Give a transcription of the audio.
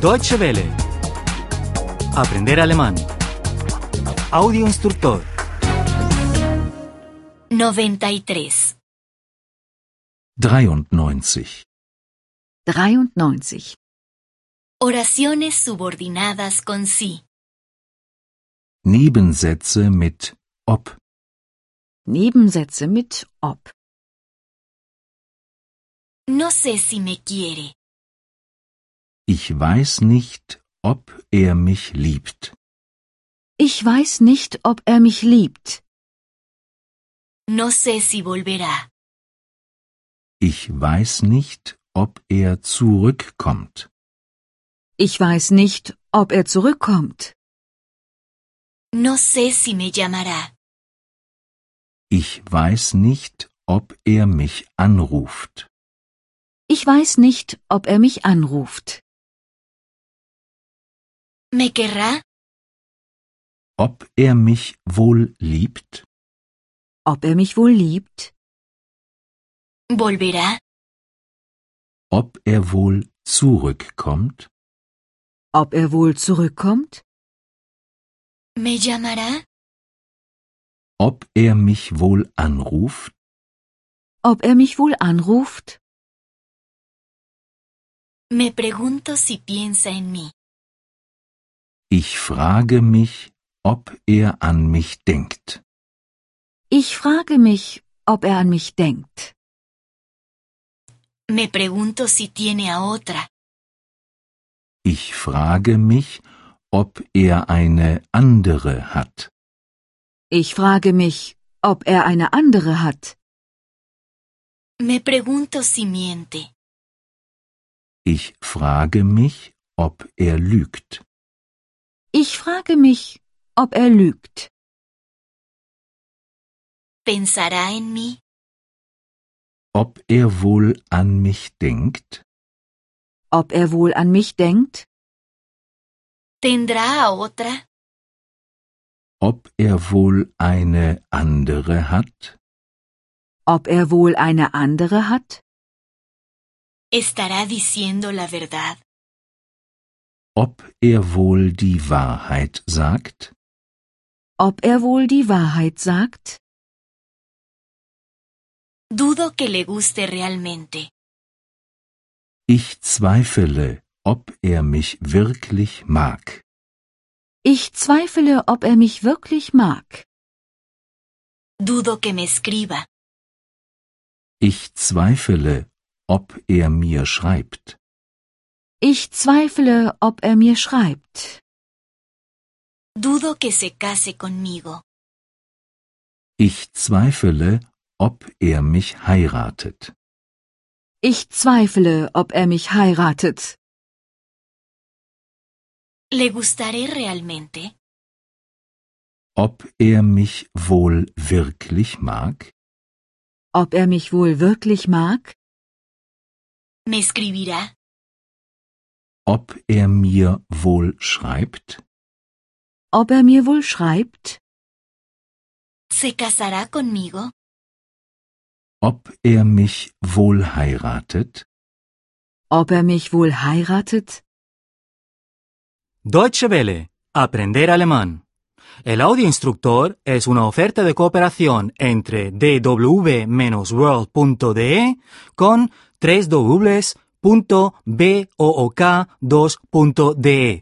Deutsche Welle. Aprender alemán. Audio instructor. 93. 93. 93. Oraciones subordinadas con sí. Nebensätze mit ob. Nebensätze mit ob. No sé si me quiere. Ich weiß nicht, ob er mich liebt. Ich weiß nicht, ob er mich liebt. No sé si volverá. Ich weiß nicht, ob er zurückkommt. Ich weiß nicht, ob er zurückkommt. No sé si me llamará. Ich weiß nicht, ob er mich anruft. Ich weiß nicht, ob er mich anruft. ¿Me querrá? Ob er mich wohl liebt? Ob er mich wohl liebt? ¿Volverá? Ob er wohl zurückkommt? Ob er wohl zurückkommt? ¿Me llamará? Ob er mich wohl anruft? Ob er mich wohl anruft? Me pregunto si piensa en mí. Ich frage mich, ob er an mich denkt. Ich frage mich, ob er an mich denkt. Me pregunto si tiene a otra. Ich frage mich, ob er eine andere hat. Ich frage mich, ob er eine andere hat. Me pregunto si miente. Ich frage mich, ob er lügt. Ich frage mich, ob er lügt. ¿Pensará en mí? Ob er wohl an mich denkt? Ob er wohl an mich denkt? ¿Tendrá a otra? Ob er wohl eine andere hat? Ob er wohl eine andere hat? ¿Estará diciendo la verdad? Ob er wohl die Wahrheit sagt? Ob er wohl die Wahrheit sagt? Dudo que le guste realmente. Ich zweifle, ob er mich wirklich mag. Ich zweifle, ob er mich wirklich mag. Dudo que me escriba. Ich zweifle, ob er mir schreibt. Ich zweifle, ob er mir schreibt. Dudo que se case conmigo. Ich zweifle, ob er mich heiratet. Ich zweifle, ob er mich heiratet. ¿Le gustaré realmente? Ob er mich wohl wirklich mag? Ob er mich wohl wirklich mag? ¿Me escribirá? Ob er mir wohl schreibt? Ob er mir wohl schreibt? ¿Se casará conmigo? Ob er mich wohl heiratet? Ob er mich wohl heiratet? Deutsche Welle. Aprender alemán. El audio instructor es una oferta de cooperación entre dw-world.de con 3 2de